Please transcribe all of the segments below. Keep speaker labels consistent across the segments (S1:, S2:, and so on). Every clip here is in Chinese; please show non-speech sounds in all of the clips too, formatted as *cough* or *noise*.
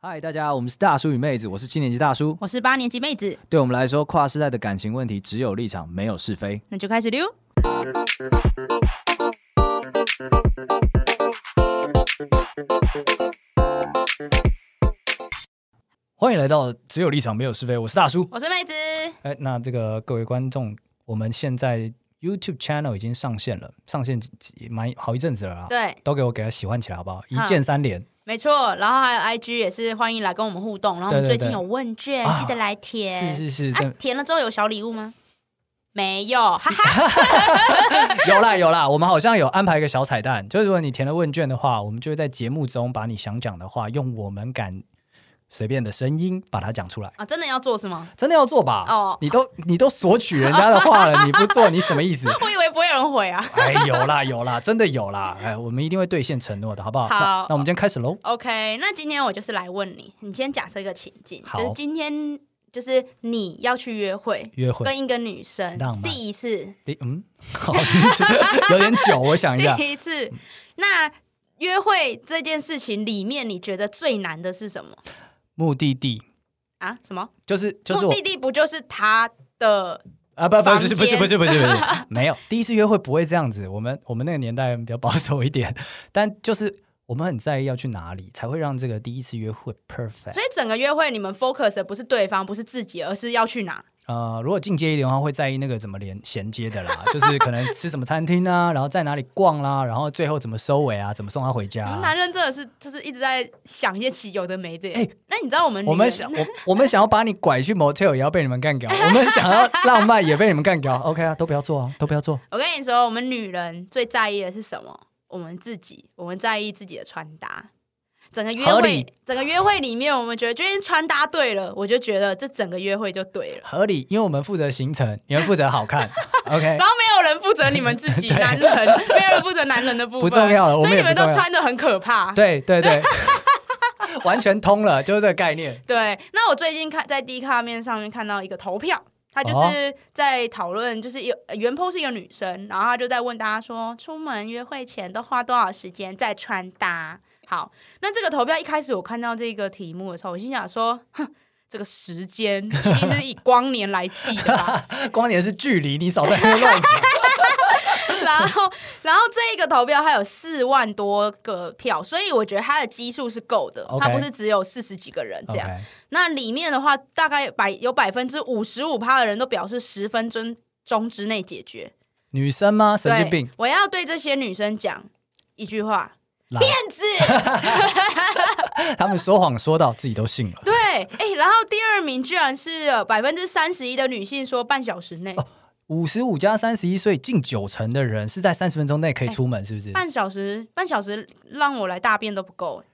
S1: 嗨，大家，我们是大叔与妹子，我是七年级大叔。
S2: 我是八年级妹子，
S1: 对我们来说，跨世代的感情问题只有立场，没有是非。
S2: 那就开始溜。
S1: 欢迎来到只有立场，没有是非，我是大叔。
S2: 我是妹子，
S1: 哎，那这个各位观众，我们现在 YouTube channel 已经上线了，上线几几蛮好一阵子了啦。
S2: 对，
S1: 都给我给它喜欢起来好不好？一
S2: 好
S1: 键三连，
S2: 没错。然后还有 IG 也是欢迎来跟我们互动。然后我们
S1: 对对
S2: 最
S1: 对
S2: 近有问卷，
S1: 啊
S2: 记得来填。
S1: 是是是，
S2: 啊，填了之后有小礼物吗？没有，哈哈。
S1: *laughs* 但 *laughs* 有啦有啦，我们好像有安排一个小彩蛋，就是如果你填了问卷的话，我们就会在节目中把你想讲的话，用我们敢随便的声音把它讲出来。
S2: 啊，真的要做是吗？
S1: 真的要做吧？
S2: 哦
S1: 你都你都索取人家的话
S2: *laughs*
S1: 了，你不做你什么意思？
S2: 我以为不会有人回啊。
S1: 哎，有啦有啦，真的有啦！哎，我们一定会兑现承诺的，好不好？
S2: 好
S1: 那那我们今天开始喽。
S2: OK，那今天我就是来问你，你先假设一个情境，
S1: 好
S2: 就是今天就是你要去约会，
S1: 约会
S2: 跟一个女生
S1: 浪漫
S2: 第一次，
S1: 第嗯，好，第一次有点久，我想一下。
S2: 第一次，那约会这件事情里面，你觉得最难的是什么
S1: 目的地
S2: 啊？什么？
S1: 就是就是
S2: 目
S1: 我
S2: 的地不就是他的？
S1: 啊，不不
S2: 房
S1: 不是
S2: 间
S1: 不是不是不是不
S2: *laughs*
S1: 是，没有第一次约会不会这样子。我们我们那个年代比较保守一点，但就是我们很在意要去哪里，才会让这个第一次约会 perfect
S2: 所。以整个约会你们 focus 的不是对方，不是自己，而是要去哪？
S1: 呃，如果进阶一点的话，会在意那个怎么连衔接的啦，就是
S2: *laughs*
S1: 可能吃什么餐厅啊，然后在哪里逛啦、然后最后怎么收尾啊，怎么送他回家
S2: 你
S1: 啊、
S2: 们男人真的是就是一直在想一些奇有的没的。
S1: 哎
S2: 那你知道我们女人
S1: 我们想我我们想要把你拐去 motel 也要被你们干掉，我们想要浪漫也被你们干掉。OK 啊，都不要做啊，都不要做。
S2: 我跟你说，我们女人最在意的是什么？我们自己，我们在意自己的穿搭。整个约
S1: 合
S2: 会
S1: 理，
S2: 整个约会里面，我们觉得今天穿搭对了，我就觉得这整个约会就对了。
S1: 合理，因为我们负责行程，你们负责好看。OK，
S2: *laughs* 然后没有人负责你们自己
S1: 哎 *laughs* 对
S2: 男人，没有人负责男人的部分，
S1: 不重要了我
S2: 所
S1: 们
S2: 以
S1: 也不
S2: 你们
S1: 重要
S2: 都穿的很可怕。
S1: 对对对，完全通了，就是这个概念。
S2: 对，那我最近看在 D 卡面上面看到一个投票，他就是在讨论，就是有呃原 po 是一个女生，然后他就在问大家说，出门约会前都花多少时间在穿搭？好，那这个投票一开始我看到这个题目的时候，我心想说，哼。这个时间一定是以光年来计的吧？
S1: 光点是距离，你少在那边乱讲。
S2: 然后，然后这一个投票它有四万多个票，所以我觉得它的基数是够的，它
S1: OK
S2: 不是只有四十几个 *laughs* 人这样。
S1: OK，
S2: 那里面的话，大概百有百分之五十五趴的人都表示十分钟钟之内解决。
S1: 女生吗？神经病
S2: 对，，我要对这些女生讲一句话：
S1: 来，
S2: 骗子。
S1: 他们说谎说到自己都信了。
S2: 对，哎、然后第二名居然是百分之三十一的女性说半小时内，
S1: 哦五十五加三十一岁，近九成的人是在三十分钟内
S2: 哎
S1: 可以出门，是不是？
S2: 半小时半小时让我来大便都不够、哎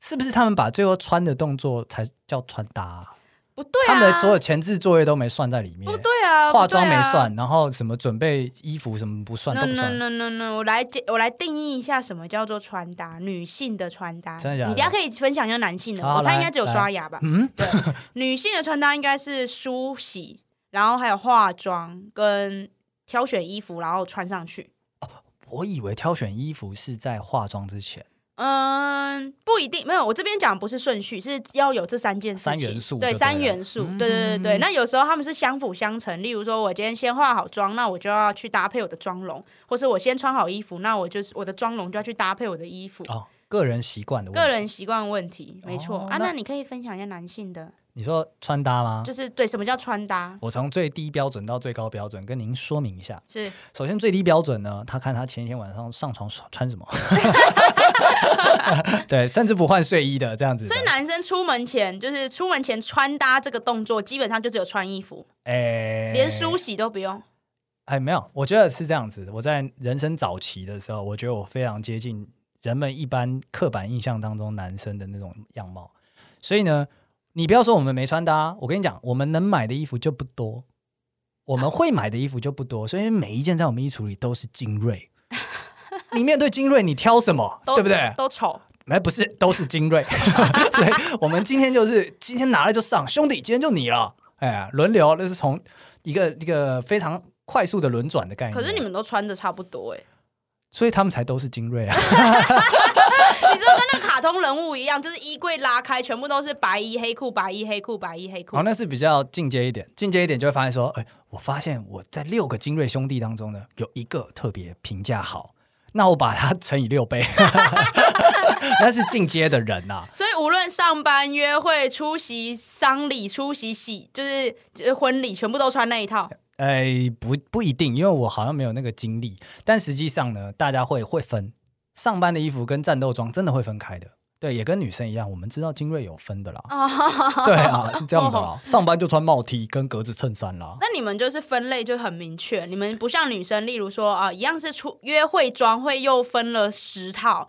S1: 是不是他们把最后穿的动作才叫穿搭啊、
S2: 不对啊，
S1: 他们的所有前置作业都没算在里面，
S2: 不对啊，
S1: 化妆
S2: 不
S1: 没
S2: 对啊
S1: 算，然后什么准备衣服什么不算，都
S2: No
S1: 不
S2: no
S1: 算。
S2: no no no，我来解，我来定义一下什么叫做穿搭，女性的穿搭。
S1: 真的假的
S2: 你等一下可以分享一下男性的，
S1: 好啊
S2: 我猜
S1: 来
S2: 应该只有刷牙吧。
S1: 嗯，
S2: 对，女性的穿搭应该是梳洗，然后还有化妆跟挑选衣服，然后穿上去。
S1: 我以为挑选衣服是在化妆之前，
S2: 嗯，不一定，没有。我这边讲不是顺序，是要有这三件事情，
S1: 三元素
S2: 对，
S1: 就对
S2: 三
S1: 了嗯
S2: 元素，对对对对。那有时候他们是相辅相成，例如说我今天先化好妆，那我就要去搭配我的妆容，或是我先穿好衣服，那我就是我的妆容就要去搭配我的衣服。
S1: 哦，个人习惯的问题。
S2: 个人习惯问题，没错、
S1: 哦
S2: 啊。
S1: 那
S2: 那你可以分享一下男性的，
S1: 你说穿搭吗？
S2: 就是对什么叫穿搭？
S1: 我从最低标准到最高标准跟您说明一下。
S2: 是
S1: 首先最低标准呢，他看他前一天晚上上床穿
S2: *laughs*
S1: 什么，对，甚至不换睡衣的这样子的。
S2: 所以男生出门前，就是出门前穿搭这个动作，基本上就只有穿衣服，
S1: 哎，
S2: 连梳洗都不用。
S1: 哎，没有，我觉得是这样子。我在人生早期的时候，我觉得我非常接近人们一般刻板印象当中男生的那种样貌，所以呢，你不要说我们没穿搭、我跟你讲，我们能买的衣服就不多，我们会买的衣服就不多，所以每一件在我们衣橱里都是精锐。
S2: *laughs*
S1: 你面对精锐，你挑什么，
S2: 都
S1: 对不对？
S2: 都丑，
S1: 哎，不是，都是精锐。 *laughs* 对，我们今天就是今天拿来就上，兄弟，今天就你了。哎，轮流，那是从一个一个非常快速的轮转的概念。
S2: 哎可是你，们都穿的差不多哎、
S1: 所以他们才都是精锐啊。
S2: 你说跟那卡通人物一样，就是衣柜拉开，全部都是白衣黑裤、白衣黑裤、白衣黑裤
S1: *laughs* 好，。那是比较进阶一点，进阶一点就会发现说，哎，我发现我在六个精锐兄弟当中呢，有一个特别评价好，那我把它 *laughs* 乘以六倍，那是进阶的人呐、啊
S2: 所以无论上班、约会、出席丧礼、出席喜，就是就是婚礼，全部都穿那一套。
S1: 哎，不不一定，因为我好像没有那个经历。但实际上呢，大家会会分上班的衣服跟战斗装真的会分开的。对，也跟女生一样，我们知道精锐有分的啦。
S2: 哦
S1: 对啊，是这样的啦。上班就穿帽 T 跟格子衬衫啦。
S2: 那你们就是分类就很明确，你们不像女生，例如说啊，一样是出约会装，会又分了十套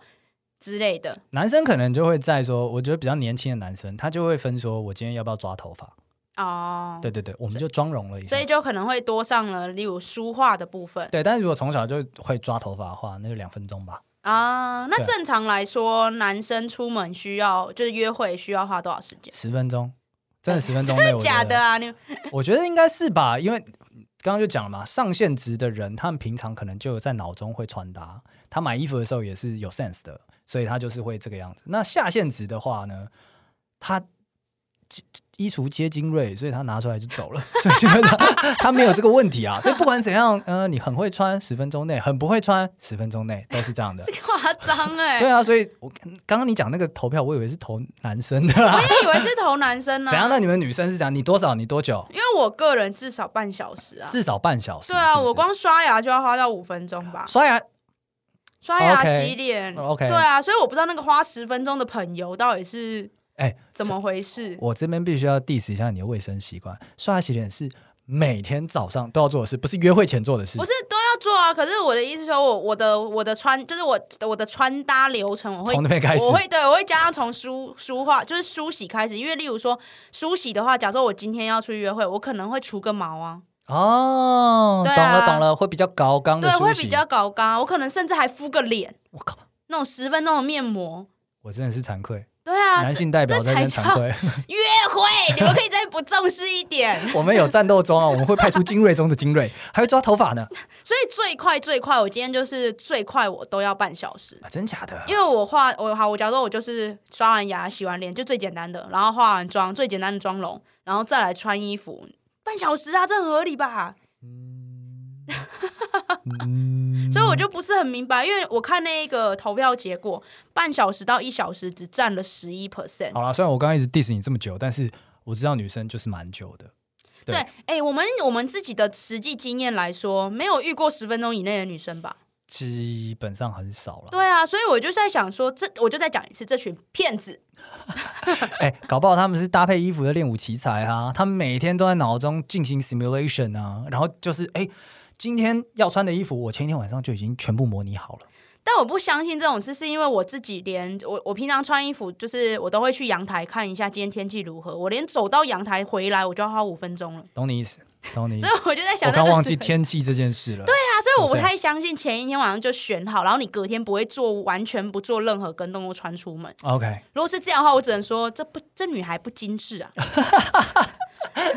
S2: 之类的。
S1: 男生可能就会在说，我觉得比较年轻的男生，他就会分说，我今天要不要抓头发？
S2: 哦，
S1: 对对对，我们就妆容了一下
S2: 所。以就可能会多上了，例如书画的部分
S1: 对，但是如果从小就会抓头发的话，那就两分钟吧。
S2: 啊。那
S1: 对
S2: 正常来说，男生出门需要就是约会需要花多少时间？
S1: 十分钟，真的十分钟内，我觉
S2: 假
S1: 得
S2: 的啊，你 *laughs*
S1: 我觉得应该是吧，因为刚刚就讲了嘛，上线值的人，他们平常可能就有在脑中会传达，他买衣服的时候也是有 sense 的，所以他就是会这个样子。那下线值的话呢，他衣橱皆精锐，所以他拿出来就走了，所以基本上他没有这个问题啊。所以不管怎样，呃，你很会穿，十分钟内；很不会穿，十分钟内，都是这样的
S2: 这。个
S1: *laughs*
S2: 夸张哎、
S1: 对啊，所以我刚刚你讲那个投票，我以为是投男生的、啊
S2: 我，也以为是投男生呢、
S1: 怎样？那你们女生是怎样？你多少？你多久？
S2: 因为我个人至少半小时啊。
S1: 至少半小时。
S2: 对
S1: 是
S2: 啊，
S1: 不是
S2: 我光刷牙就要花到五分钟吧，
S1: 刷牙
S2: 刷牙、
S1: OK
S2: 洗脸。
S1: 哦，OK
S2: 对啊，所以我不知道那个花十分钟的朋友到底是
S1: 哎
S2: 怎么回事。
S1: 我这边必须要 diss 一下你的卫生习惯。刷牙洗脸是每天早上都要做的事，不是约会前做的事
S2: 不。是都要做啊，可是我的意思说我，我的我的穿就是我我的穿搭流程，我会
S1: 从那边开始
S2: 我会对我会加上从梳梳化就是梳洗开始，因为例如说梳洗的话，假如说我今天要出去约会，我可能会除个毛啊，
S1: 哦，
S2: 对
S1: 懂
S2: 啊
S1: 了懂了，会比较高刚的
S2: 对，
S1: 梳
S2: 会
S1: 洗。
S2: 比较搞刚，啊我可能甚至还敷个脸，
S1: 我靠，
S2: 那种十分钟的面膜，
S1: 我真的是惭愧，
S2: 对啊，
S1: 男性代表在这边
S2: 这才
S1: 惭愧。
S2: 约会，你们可以再不重视一点。
S1: *laughs*
S2: *laughs*
S1: 我们有战斗中啊，我们会派出精锐中的精锐，还会抓头
S2: *laughs*
S1: 发呢。
S2: 所以最快最快，我今天就是最快，我都要半小时。
S1: 啊，真假的？
S2: 因为我化我好，我假如说我就是刷完牙、洗完脸就最简单的，然后化完妆最简单的妆容，然后再来穿衣服，半小时啊，这很合理吧？ *laughs*
S1: 嗯
S2: 所以我就不是很明白，因为我看那个投票结果，半小时到一小时只占了十一 percent。
S1: 好了，虽然我刚刚一直 diss 你这么久，但是我知道女生就是蛮久的。对
S2: 对，哎、我们我们自己的实际经验来说，没有遇过十分钟以内的女生吧？
S1: 基本上很少了，
S2: 对啊，所以我就在想说，这我就再讲一次，这群骗子
S1: 哎、搞不好他们是搭配衣服的练武奇才啊！他们每天都在脑中进行 simulation 啊，然后就是哎、今天要穿的衣服，我前一天晚上就已经全部模拟好了。
S2: 但我不相信这种事，是因为我自己连我我平常穿衣服，就是我都会去阳台看一下今天天气如何。我连走到阳台回来，我就要花五分钟了。
S1: 懂你意思？懂你意思
S2: 所以？我就在
S1: 嗯
S2: 想，
S1: 我
S2: 那
S1: 刚
S2: 个
S1: 忘
S2: 是
S1: 记天气这件事了。对啊，
S2: 啊，所以我
S1: 是不
S2: 不
S1: 是
S2: 太相信前一天晚上就选好，然后你隔天不会做，完全不做任何跟动都穿出门。
S1: OK，
S2: 如果是这样的话，我只能说这不这女孩不精致啊。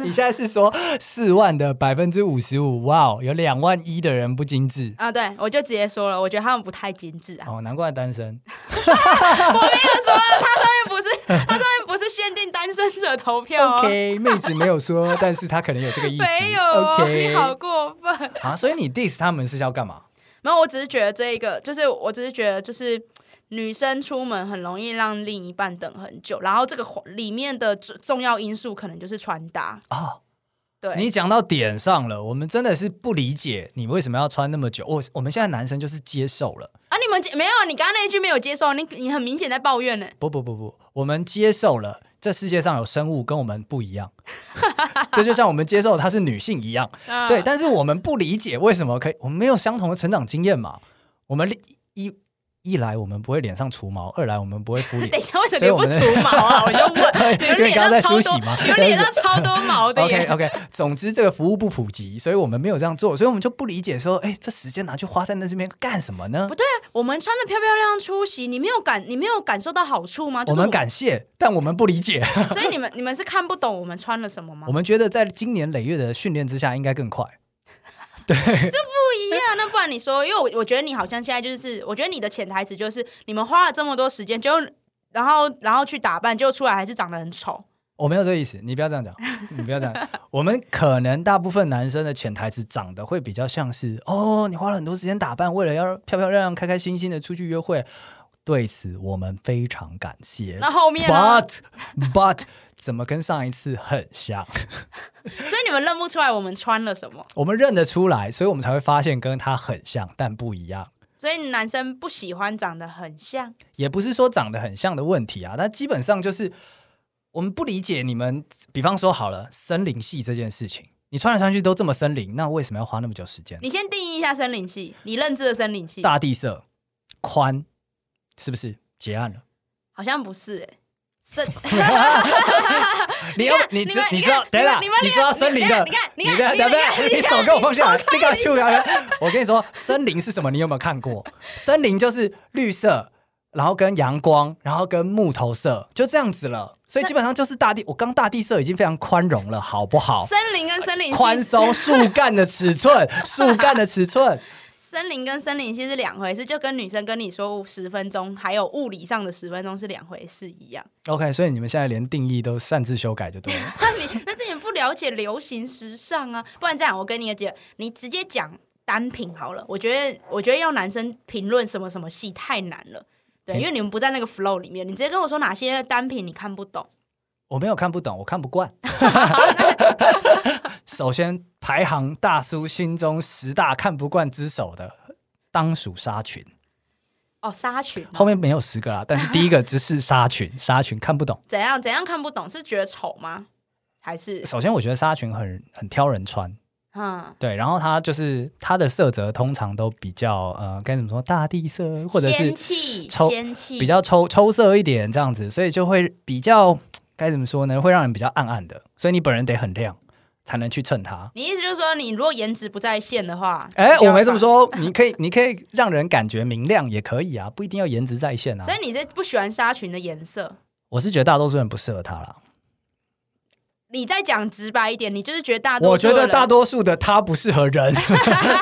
S1: 你现在是说四万的百分之五十五，哇哦，有两万一的人不精致
S2: 啊，对，我就直接说了，我觉得他们不太精致啊。
S1: 哦，难怪单身。
S2: 他说了，它上面不是它上面不是限定单身者投票
S1: *laughs*
S2: 哦。
S1: OK，妹子没有说，但是她可能有这个意思。
S2: 没有哦
S1: OK，
S2: 你好过分。
S1: 啊，所以你 diss 他们是要干嘛？
S2: 然后我只是觉得这一个，就是我只是觉得就是。女生出门很容易让另一半等很久，然后这个环里面的重重要因素可能就是穿搭。
S1: 哦，
S2: 对，
S1: 你讲到点上了，我们真的是不理解你为什么要穿那么久。哦我我们现在男生就是接受了，
S2: 啊，你们接没有？你刚刚那一句没有接受，你你很明显在抱怨呢。
S1: 不不不不，我们接受了这世界上有生物跟我们不一
S2: *laughs*
S1: 样，这就像我们接受她是女性一样。
S2: 啊
S1: 对，但是我们不理解为什么可以，我们没有相同的成长经验嘛。我们一一来我们不会脸上除毛，二来我们不会敷脸
S2: 哎 *laughs* 等一。下，为什么
S1: 所以
S2: 你
S1: 我
S2: 不
S1: 们
S2: 除毛啊？我就
S1: *laughs*
S2: 问，你
S1: 因
S2: 们
S1: 为你
S2: 脸
S1: 刚刚在
S2: 上
S1: 梳
S2: 超
S1: 洗
S2: 多，
S1: 嘛，
S2: 你们脸上超多毛
S1: *laughs*
S2: 的
S1: OK 嗯
S2: 耶。
S1: OK，总之这个服务不普及，所以我们没有这样做，所以我们就不理解说，哎，这时间拿去花在那这边干什么呢？
S2: 我们穿的漂漂亮亮出席，你没有感，你没有感受到好处吗？就是
S1: 我们，感谢，但我们不理解。
S2: 所以你们你们是看不懂我们穿了什么吗
S1: 我？们觉得在今年累月的训练之下，应该更快。
S2: 不一样。那不然你说，因为我我觉得你好像现在就是，我觉得你的潜台词就是，你们花了这么多时间，就然后然后去打扮，就出来还是长得很丑。
S1: 我没有这个意思，你不要这样讲，你不要这样。我们可能大部分男生的潜台词长得会比较像是哦，你花了很多时间打扮，为了要漂漂亮亮、开开心心的出去约会。对此，我们非常感谢。
S2: 那后面哦呢？
S1: But *laughs* but 怎么跟上一次很像？
S2: 所以你们认不出来我们穿了什么，
S1: 我们认得出来，所以我们才会发现跟他很像，但不一样。
S2: 所以男生不喜欢长得很像。
S1: 也不是说长得很像的问题啊，但基本上就是我们不理解你们，比方说好了，森林系这件事情，你穿来穿去都这么森林，那为什么要花那么久时间？
S2: 你先定义一下森林系，你认知的森林系
S1: 大地色宽是不是结案了？
S2: 好像不是、欸，森
S1: 你要你
S2: 你
S1: 知
S2: 们
S1: 你
S2: 你
S1: 知道
S2: 看，
S1: 等一下
S2: 你们，
S1: 你
S2: 你
S1: 知道森林的，
S2: 你看你
S1: 你
S2: 看
S1: 的
S2: 你
S1: 等
S2: 看
S1: 一下
S2: 你看
S1: 你手给我放下来，你给我去聊聊。 *laughs* 我跟你说，森林是什么？你有没有看过？森林就是绿色，然后跟阳光，然后跟木头色，就这样子了。所以基本上就是大地，我刚大地色已经非常宽容了，好不好？
S2: *laughs* 森林跟森林系
S1: 宽松树干的尺
S2: *laughs*
S1: 寸，树干的尺寸，
S2: 森林跟森林系是两回事，就跟女生跟你说十分钟，还有物理上的十分钟是两回事一样。
S1: OK，所以你们现在连定义都擅自修改就对了。
S2: *laughs* 那你那这也不了解流行时尚啊，不然这样，我跟你姐，你直接讲单品好了。我觉得，我觉得要男生评论什么什么系太难了，对，
S1: 嗯
S2: 因为你们不在那个 flow 里面。你直接跟我说哪些单品你看不懂，
S1: 我没有看不懂，我看不惯。 *laughs* 首先排行大叔心中十大看不惯之首的，当属纱裙，
S2: 哦，纱裙哦、
S1: 后面没有十个啦，但是第一个只是纱 *laughs* 裙，纱裙看不懂。
S2: 怎样怎样看不懂，是觉得丑吗？还是
S1: 首先，我觉得纱裙很很挑人穿，
S2: 嗯，
S1: 对，然后它就是它的色泽通常都比较呃，该怎么说，大地色或者是
S2: 仙气
S1: 抽
S2: 仙气
S1: 比较抽抽色一点这样子，所以就会比较该怎么说呢？会让人比较暗暗的，所以你本人得很亮才能去衬它。
S2: 你意思就是说，你如果颜值不在线的话，
S1: 哎，
S2: 比较
S1: 我没这么
S2: 反。
S1: 说，你可以， *laughs* 你可以让人感觉明亮也可以啊，不一定要颜值在线啊
S2: 所。以你是不喜欢纱裙的颜色？
S1: 我是觉得大多数人不适合它啦。
S2: 你再讲直白一点，你就是觉得大多
S1: 我觉得大
S2: 多
S1: 多数的他不适合人，
S2: *laughs*
S1: *laughs*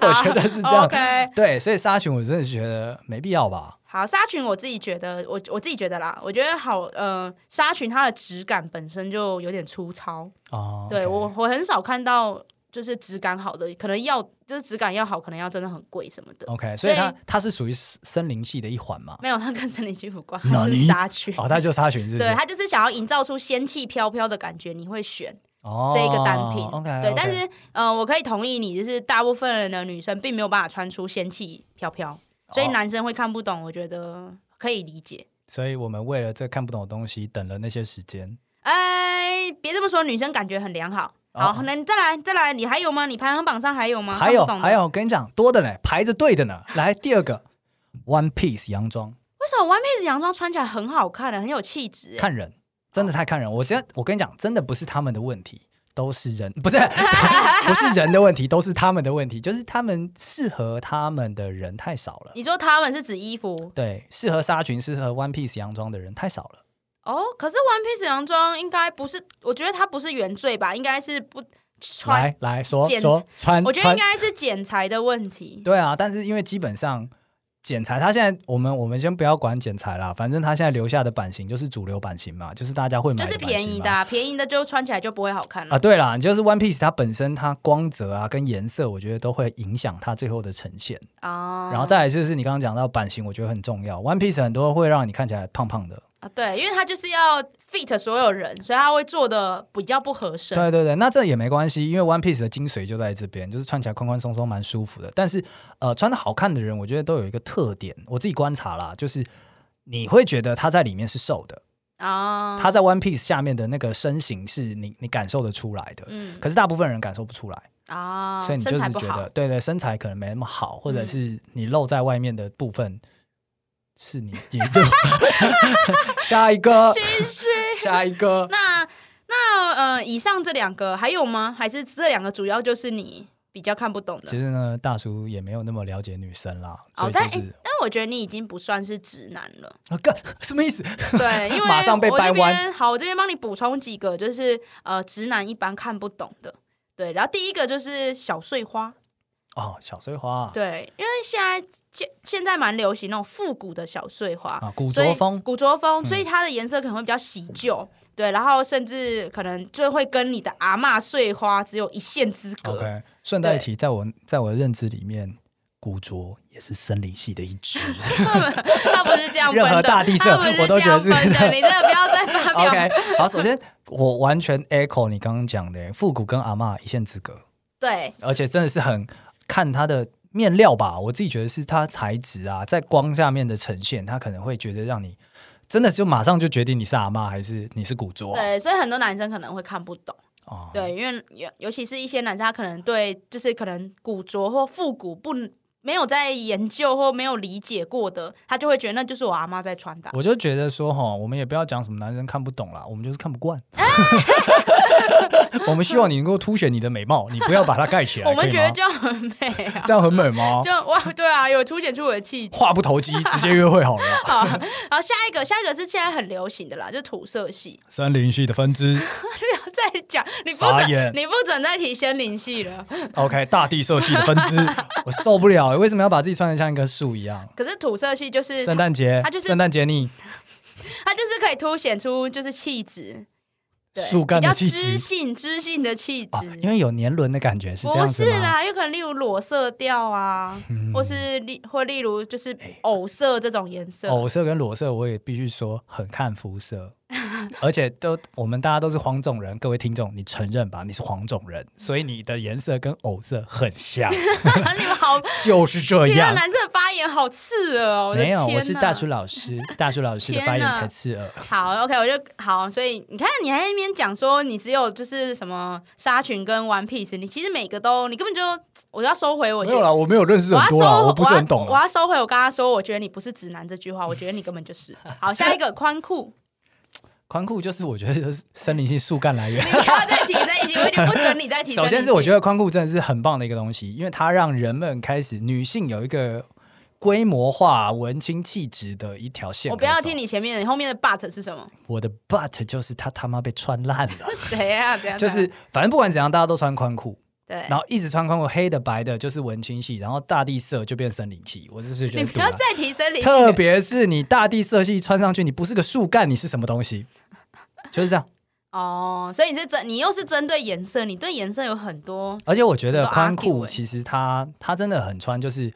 S1: 我觉得是这样。
S2: 哦 OK，
S1: 对，所以纱裙我真的觉得没必要吧。
S2: 好，纱裙我自己觉得，我我自己觉得啦，我觉得好，呃，纱裙它的质感本身就有点粗糙，
S1: 哦，
S2: 对
S1: OK
S2: 我我很少看到就是质感好的，可能要就是质感要好，可能要真的很贵什么的。
S1: OK，所以
S2: 所以
S1: 它它是属于森林系的一环嘛。
S2: 没有，它跟森林系
S1: *laughs*
S2: 无关，
S1: 哪
S2: 它就是
S1: 里
S2: 纱裙。
S1: 哦，它就纱裙是不
S2: 嗯对，
S1: 是？
S2: 它就是想要营造出仙气飘飘的感觉，你会选
S1: 哦，
S2: 这一个单品。
S1: OK，
S2: 对但是呃，我可以同意你，就是大部分人的女生并没有办法穿出仙气飘飘，所以
S1: 哦
S2: 男生会看不懂，我觉得可以理解。
S1: 所以我们为了这看不懂的东西，等了那些时间。
S2: 哎，别这么说，女生感觉很良好。
S1: 哦
S2: 好，那你再来，再来，你还有吗？你排行榜上还有吗？
S1: 还有
S2: 看不懂的
S1: 还，有，我跟你讲，多的呢，排着队的呢。来，第二个，One Piece 洋装，
S2: 为什么 One Piece 洋装穿起来很好看的，很有气质？哎
S1: 看人，真的太看人。
S2: 哦
S1: 我真，我跟你讲，真的不是他们的问题，都是人， *laughs* 不是不是人的问题，都是他们的问题，就是他们适合他们的人太少了。
S2: 你说他们是指衣服
S1: 对，适合纱裙、适合 One Piece 洋装的人太少了。
S2: 哦？可是 One Piece 洋装应该不是，我觉得它不是原罪吧？应该是不穿
S1: 来来说
S2: 剪
S1: 说穿，
S2: 我觉得
S1: 穿
S2: 应该是剪裁的问题。
S1: 对啊，但是因为基本上剪裁，它现在我们我们先不要管剪裁啦，反正它现在留下的版型就是主流版型嘛，就是大家会买
S2: 就
S1: 的
S2: 是
S1: 版型
S2: 便宜的
S1: 嘛
S2: 啊、便宜的就穿起来就不会好看了。
S1: 啊。对啦，就是 One Piece 它本身它光泽啊跟颜色，我觉得都会影响它最后的呈现。
S2: 哦，
S1: 啊然后再来就是你刚刚讲到版型，我觉得很重要。One Piece 很多会让你看起来胖胖的，
S2: 啊，对，因为它就是要 fit 所有人，所以它会做的比较不合身。
S1: 对对对，那这也没关系，因为 One Piece 的精髓就在这边，就是穿起来宽宽松松，蛮舒服的。但是，呃，穿的好看的人，我觉得都有一个特点，我自己观察啦，就是你会觉得他在里面是瘦的，
S2: 啊，
S1: 他在 One Piece 下面的那个身形是你你感受得出来的。
S2: 嗯
S1: 可是大部分人感受不出来，
S2: 啊，
S1: 所以你就
S2: 身材
S1: 是
S2: 不
S1: 觉
S2: 好
S1: 得，对对，身材可能没那么好，或者
S2: 嗯
S1: 是你露在外面的部分是你你的。 *laughs* 下一个，
S2: 心虚。
S1: *laughs* 下一个，
S2: *laughs* 那那呃，以上这两个还有吗？还是这两个主要就是你比较看不懂
S1: 其
S2: 的？
S1: 实呢，大叔也没有那么了解女生啦，所
S2: 哦
S1: 以，就
S2: 但
S1: 是、
S2: 诶但我觉得你已经不算是直男
S1: *laughs*
S2: 了，
S1: 啊，干什么意思？
S2: 对，因为
S1: 马上被
S2: 我这
S1: 掰弯
S2: 边好，我这边帮你补充几个，就是呃，直男一般看不懂的。对，然后第一个就是小碎花，
S1: 哦，小碎花啊
S2: 对，因为现在现现在蛮流行那种复古的小碎花，
S1: 啊，古
S2: 所以
S1: 着风嗯
S2: 古着风，所以它的颜色可能会比较喜旧，对，然后甚至可能就会跟你的阿嬷碎花只有一线之隔。
S1: ，OK。顺带一
S2: 对
S1: 提，在我在我的认知里面，古着也是森林系的一
S2: *laughs*
S1: 支。
S2: 它不是这样分的，
S1: 任何大地色
S2: 它不是
S1: 我都
S2: 这样
S1: 觉得是
S2: *laughs* 分的，你真的不要再发表。
S1: OK，好，首先我完全 echo 你刚刚讲的，复古跟阿嬷一线之隔，
S2: 对，
S1: 而且真的是很看它的面料吧，我自己觉得是它材质啊，在光下面的呈现，它可能会觉得让你真的就马上就决定你是阿嬷还是你是古着啊、
S2: 对，所以很多男生可能会看不懂，
S1: 哦，
S2: 对，因为尤尤其是一些男生，他可能对就是可能古着或复古不没有在研究或没有理解过的，他就会觉得那就是我阿妈在哦穿搭。
S1: 我就觉得说哈，我们也不要讲什么男人看不懂啦，我们就是看不
S2: *laughs*
S1: 惯。我们希望你能够凸显你的美貌，你不要把它盖起来。
S2: *laughs* 我们
S1: 可以
S2: 觉得
S1: 吗
S2: 这样很美啊，
S1: 这样很美吗？
S2: 就哇，对啊，有凸显出我的气 *laughs* 质。
S1: 话不投机，直接约会好了啦。
S2: 好，然后下一个，下一个是现在很流行的啦，就是土色系。 *laughs*
S1: 森林系的分支 *laughs*
S2: 不要再讲，你不
S1: 傻
S2: 准
S1: 眼，
S2: 你不准再提仙灵系了。
S1: ，OK，大地色系的分支， *laughs* 我受不了、欸为什么要把自己穿得像一棵树一样？
S2: 可是土色系就是
S1: 圣诞节
S2: 它就是，
S1: 圣诞节你
S2: 它就是可以凸显出就是气质，对，
S1: 树干的气质
S2: 比较知性知性的气质、
S1: 啊，因为有年轮的感觉是这
S2: 不
S1: 样子
S2: 是
S1: 吗？
S2: 啦，有可能例如裸色调啊，
S1: 嗯哎
S2: 或是例或例如就是藕色这种颜色，
S1: 藕色跟裸色，哦我也必须说很看肤色，而且都我们大家都是黄种人，各位听众，你承认吧，你是黄种人，所以你的颜色跟藕色很
S2: *laughs*
S1: 像，
S2: *laughs* 你们好，
S1: 就是这
S2: 天啊，
S1: 样。
S2: 男生的发言好刺耳哦，我的
S1: 没
S2: 天
S1: 有，
S2: 哪
S1: 我是大叔。老师，大叔老师的发言
S2: 天哪
S1: 才刺耳。
S2: 好，OK，我就好，所以你看，你还在那边讲说你只有就是什么纱裙跟 One Piece，你其实每个都，你根本就我要收回我觉
S1: 没有
S2: 得
S1: 啦，我没有认识
S2: 我
S1: 很
S2: 要收，
S1: 多啦，我不是很懂啊
S2: 我要。
S1: 啦。
S2: 我要收回我刚刚说，我觉得你不是直男这句话，我觉得你根
S1: *laughs*
S2: 本就是。好，下一个宽裤，
S1: 宽裤就是我觉得就是森林性树干来源
S2: 你。不要再提升一句，我觉得不准你再提升。
S1: 首先是我觉
S2: 得，
S1: 得宽裤真的是很棒的一个东西，因为它让人们开始女性有一个规模化文青气质的一条线可以走。
S2: 我不要听你前面的，你后面的 but
S1: *laughs*
S2: 是什么？
S1: 我的 butt 就是他他妈被穿烂
S2: *laughs*
S1: 了，
S2: 谁呀？怎样？
S1: 就是反正不管怎样，大家都穿宽裤，
S2: 对。
S1: 然后一直穿宽裤，黑的白的，就是文青系，然后大地色就变森林系，我就是觉
S2: 你
S1: 得
S2: 不
S1: 堵
S2: 要
S1: 了。
S2: 再提升理性
S1: 特
S2: 了。
S1: 别是你大地色系穿上去，你不是个树干，你是什么东西？就是这样。
S2: 哦，所以你是针，你又是针对颜色，你对颜色有很多
S1: 而且我觉得宽
S2: 很多
S1: 裤
S2: argue 欸
S1: 其实它它真的很穿，就是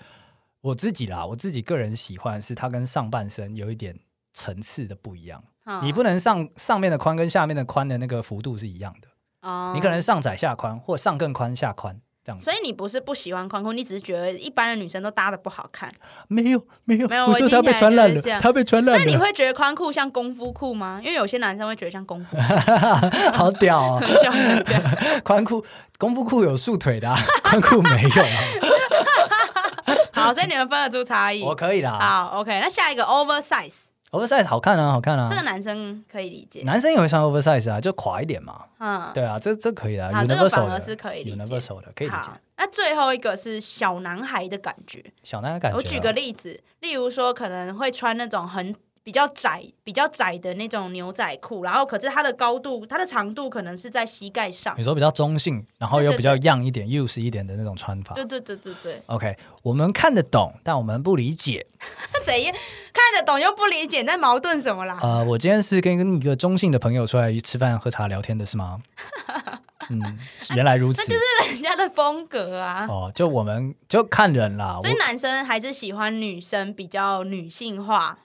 S1: 我自己啦，我自己个人喜欢是它跟上半身有一点层次的不一样，
S2: 嗯
S1: 你不能上上面的宽跟下面的宽的那个幅度是一样的，
S2: 哦
S1: 你可能上窄下宽或上更宽下宽这样子。
S2: 所以你不是不喜欢宽裤，你只是觉得一般的女生都搭的不好看。
S1: 没有没有
S2: 没有
S1: 我
S2: 我
S1: 说
S2: 听
S1: 他
S2: 起
S1: 被
S2: 来
S1: 传
S2: 就
S1: 染
S2: 是
S1: 了
S2: 这，样
S1: 他被传
S2: 那
S1: 染
S2: 你
S1: 了，
S2: 会觉得宽裤像功夫裤吗？因为有些男生会觉得像
S1: *laughs*
S2: 功夫裤，
S1: *laughs*
S2: *laughs*
S1: 好屌哦！
S2: 笑成这样。
S1: 宽裤功夫裤有束腿的、
S2: *laughs*
S1: 啊，宽裤没有啊，
S2: 好， *laughs* 所以你啊们分得出差异。
S1: 我可以啦。
S2: 好，OK，那下一个 oversize，、
S1: oversize 好看啊，好看啊
S2: 这。个男生可以理解。
S1: 男生也会穿 oversize 啊，就垮一点嘛。
S2: 嗯，
S1: 对啊，这这可以的啊，
S2: 好，
S1: 有
S2: 这
S1: 那
S2: 个
S1: 个手
S2: 反而
S1: 的。
S2: 是可以理
S1: 有
S2: 解。
S1: 那个手的，可以理解。
S2: 好，那最后一个是小男孩的感觉。
S1: 小男孩感觉啊，
S2: 我举个例子，例如说可能会穿那种很。比较窄、比较窄的那种牛仔裤，然后可是它的高度、它的长度可能是在膝盖上
S1: 你。说比较中性，然后又
S2: 对对
S1: 比较样一点、use 一点的那种穿法
S2: 对。对对对对， *laughs*
S1: OK，我们看得懂，但我们不理解。
S2: 那怎样看得懂又不理解，那矛盾什么啦？
S1: 呃，我今天是跟一个中性的朋友出来吃饭、喝茶、聊天的，是吗？
S2: *laughs*
S1: 嗯，原来如此。
S2: 人家的风格啊。
S1: 哦，就我们就看人啦。我
S2: 所以男生还是喜欢女生比较女性化，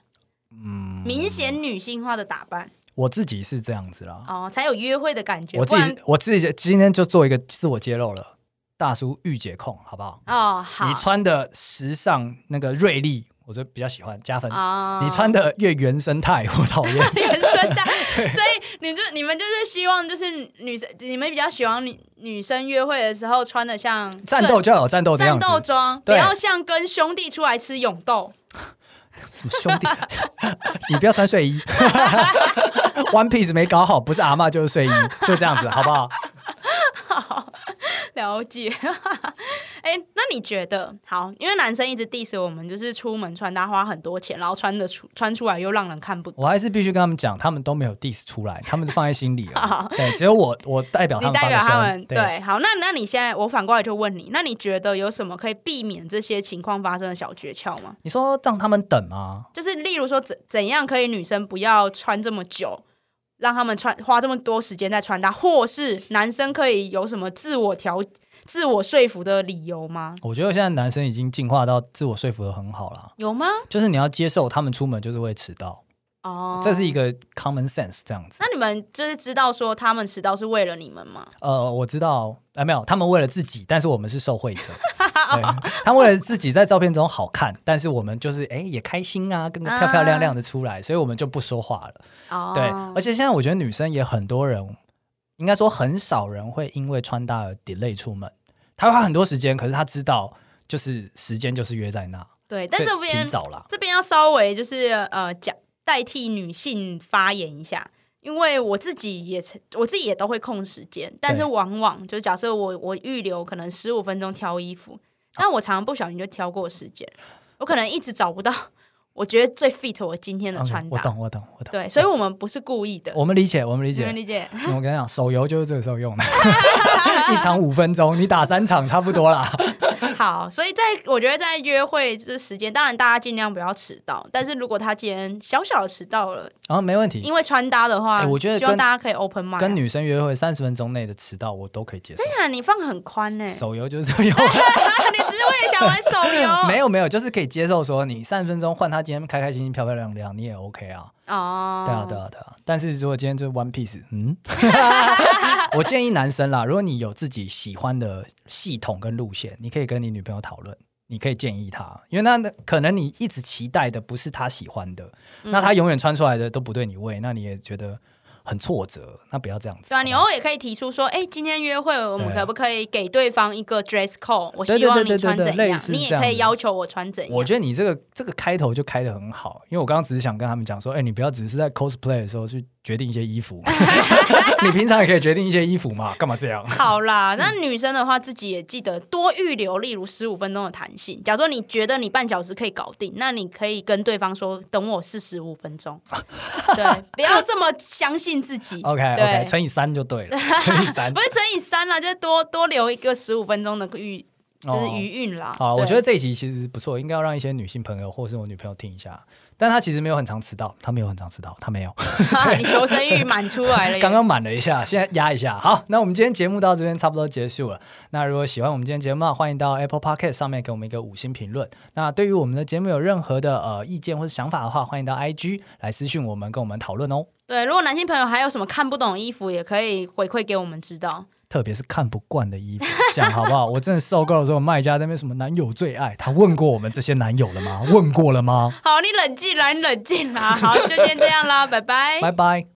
S1: 嗯，
S2: 明显女性化的打扮
S1: 我自己是这样子啦。
S2: 哦，才有约会的感觉。
S1: 我自
S2: 不然
S1: 己我自己今天就做一个自我揭露了，大叔御姐控，好不好？
S2: 哦，好，
S1: 你穿的时尚那个锐利，我就比较喜欢加分。
S2: 啊
S1: 你
S2: *laughs*
S1: 穿的越原生态，我讨厌。
S2: 连身
S1: *laughs*
S2: 带，所以你就你们就是希望就是女生，你们比较喜欢女女生约会的时候穿的像
S1: 战斗就要有战斗
S2: 对
S1: 的样
S2: 战
S1: 子，
S2: 斗装，不
S1: 对
S2: 要像跟兄弟出来吃永豆。
S1: 什么兄弟， *laughs* 你不要穿
S2: *laughs*
S1: 睡衣，One Piece 没搞好，不是阿嬷就是睡衣，就这样子，好不好？
S2: *laughs* 了解。 *laughs* 哎、那你觉得好？因为男生一直 diss 我们，就是出门穿搭花很多钱，然后穿的出穿出来又让人看不懂。
S1: 我还是必须跟他们讲，他们都没有 diss 出来，他们是放在心里
S2: 好
S1: 啊。对，只有我，我代哦表他
S2: 你
S1: 们发
S2: 代表
S1: 个
S2: 他
S1: 声
S2: 们
S1: 对，
S2: 对，好，那那你现在我反过来就问你，那你觉得有什么可以避免这些情况发生的小诀窍吗？
S1: 你说让他们等吗？
S2: 就是例如说怎怎样可以女生不要穿这么久，让他们穿花这么多时间在穿搭，或是男生可以有什么自我调、自我说服的理由吗？
S1: 我觉得现在男生已经进化到自我说服的很好了，
S2: 有吗？
S1: 就是你要接受他们出门就是会迟到，
S2: 哦，
S1: 这是一。个 common sense 这样子。
S2: 那你们就是知道说他们迟到是为了你们吗？
S1: 呃，我知道，哎，没有，他们为了自己，但是我们是受
S2: *laughs*
S1: 惠者。对，他们为了自己在照片中好看，但是我们就是哎也开心啊，跟个漂漂亮亮的出来，所以我们就不说话了。
S2: 啊哦，
S1: 对，而且现在我觉得女生也很多人，应该说很少人会因为穿搭而 delay 出门，她会花很多时间，可是她知道就是时间就是约在那，
S2: 对，但
S1: 所以
S2: 这边
S1: 提早啦。
S2: 这边要稍微就是呃讲代替女性发言一下，因为我自己也曾我自己也都会控时间，但是往往就假设我我预留可能十五分钟挑衣服，但我常常不小心就挑过时间，我可能一直找不到 *laughs* 我觉得最 fit 我今天的
S1: OK，
S2: 穿
S1: 我
S2: 搭。
S1: 懂，我懂，我懂。
S2: 对，所以我们不是故意的，
S1: 我们理解，我们理
S2: 你们
S1: 解。
S2: 理解？ *laughs*
S1: 我跟你讲，手游就是这个时候用的， *laughs* 一场五分钟，你打三场差不多啦。
S2: 好，所以在我觉得在约会就是时间，当然大家尽量不要迟到，但是如果他今天小小的迟到了，
S1: 然后没问题，
S2: 因为穿搭的
S1: 嗯
S2: 话，
S1: 哎我觉得
S2: 希望
S1: 跟
S2: 大家可以 open mind 啊。
S1: 跟女生约会三十分钟内的迟到我都可以接受。
S2: 真的，哎你放很宽呢、 *laughs*
S1: 手游就是这个用，
S2: 你只是为了想玩手游？
S1: *laughs* 没有没有，就是可以接受说你三十分钟换她今天开开心心、漂漂亮亮，你也 OK 啊。
S2: 哦，
S1: 对啊，对啊，对啊。但是如果今天就是 One Piece，嗯，
S2: *laughs*
S1: 我建议男生啦，如果你有自己喜欢的系统跟路线，你可以跟你女朋友讨论，你可以建议她，因为那那可能你一直期待的不是她喜欢的，
S2: 嗯
S1: 那她永远穿出来的都不对你味，那你也觉得很挫折，那不要这样子。
S2: 对啊，你
S1: 好不好
S2: 偶尔也可以提出说，哎、今天约会我们
S1: 对啊
S2: 可不可以给对方一个 dress code？我
S1: 对
S2: 希
S1: 对
S2: 望
S1: 对
S2: 你
S1: 对
S2: 穿
S1: 对
S2: 怎
S1: 类
S2: 样，
S1: 似
S2: 你也
S1: 这样
S2: 可以
S1: 的
S2: 要求我穿怎样。
S1: 我觉得你这个这个开头就开的很好，因为我刚刚只是想跟他们讲说，哎、你不要只是在 cosplay 的时候去决定一些衣
S2: *laughs*
S1: 服，你平常也可以决定一些衣服嘛，干嘛这样？
S2: 好啦，那女生的话，自己也记得多预留，例如十五分钟的弹性。假如说你觉得你半小时可以搞定，那你可以跟对方说，等我四十五
S1: *laughs*
S2: 分钟。对，不要这么相信自己。
S1: OK
S2: 对
S1: OK，乘以三就对了，乘以三
S2: 不。是乘以三啦，就是多多留一个十五分钟的余，就是
S1: 哦
S2: 余韵啦。
S1: 好，我
S2: 对
S1: 觉得
S2: *laughs*
S1: 这一集其实不错，应该要让一些女性朋友或是我女朋友听一下。但她其实没有很常迟到，她没有很常迟到，她没有。
S2: *laughs* 你求生欲满出来了耶。
S1: 刚刚满了一下，现在压一下。好，那我们今天节目到这边差不多结束了。那如果喜欢我们今天节目啊，欢迎到 Apple Podcast 上面给我们一个五星评论。那对于我们的节目有任何的呃意见或是想法的话，欢迎到 IG 来私讯我们，跟我们讨论哦。
S2: 对，如果男性朋友还有什么看不懂的衣服，也可以回馈给我们知道。
S1: 特别是看不惯的衣服， *laughs* 讲好不好？我真的受够了，说卖家在那边什么男友最爱，他问过我们这些男友了吗？问过了吗？
S2: 好，你冷静啦，你冷静啦。好，就先这样啦，拜拜。
S1: 拜拜。